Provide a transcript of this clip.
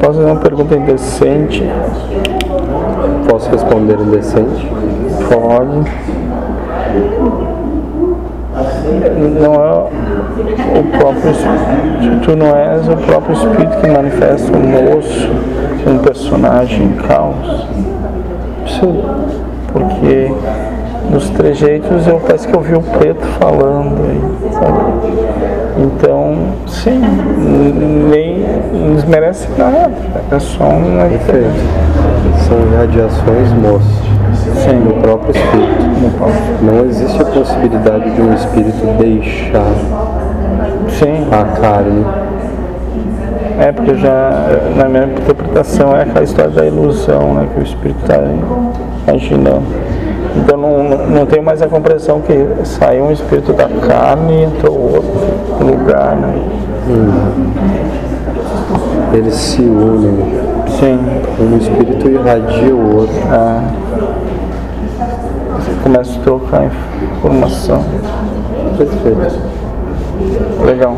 Posso fazer uma pergunta indecente? Posso responder indecente? Pode. Não é o próprio espírito, tu não és o próprio espírito que manifesta o moço, um personagem em caos. Sim, porque nos trejeitos eu parece que eu vi o preto falando aí, sabe? Então, sim, nem desmerece nada, é só um Perfeito. São irradiações moço, Sim. do próprio espírito. Não existe a possibilidade de um espírito deixar Sim, a carne. é porque já, na minha interpretação, é aquela história da ilusão né, que o espírito está imaginando. Então não, não- não tem mais a compreensão que saiu um espírito da carne e entrou outro lugar. Né? Eles se unem. Sim, Um espírito irradia o outro. é. Você começa a trocar informação. Perfeito. Legal.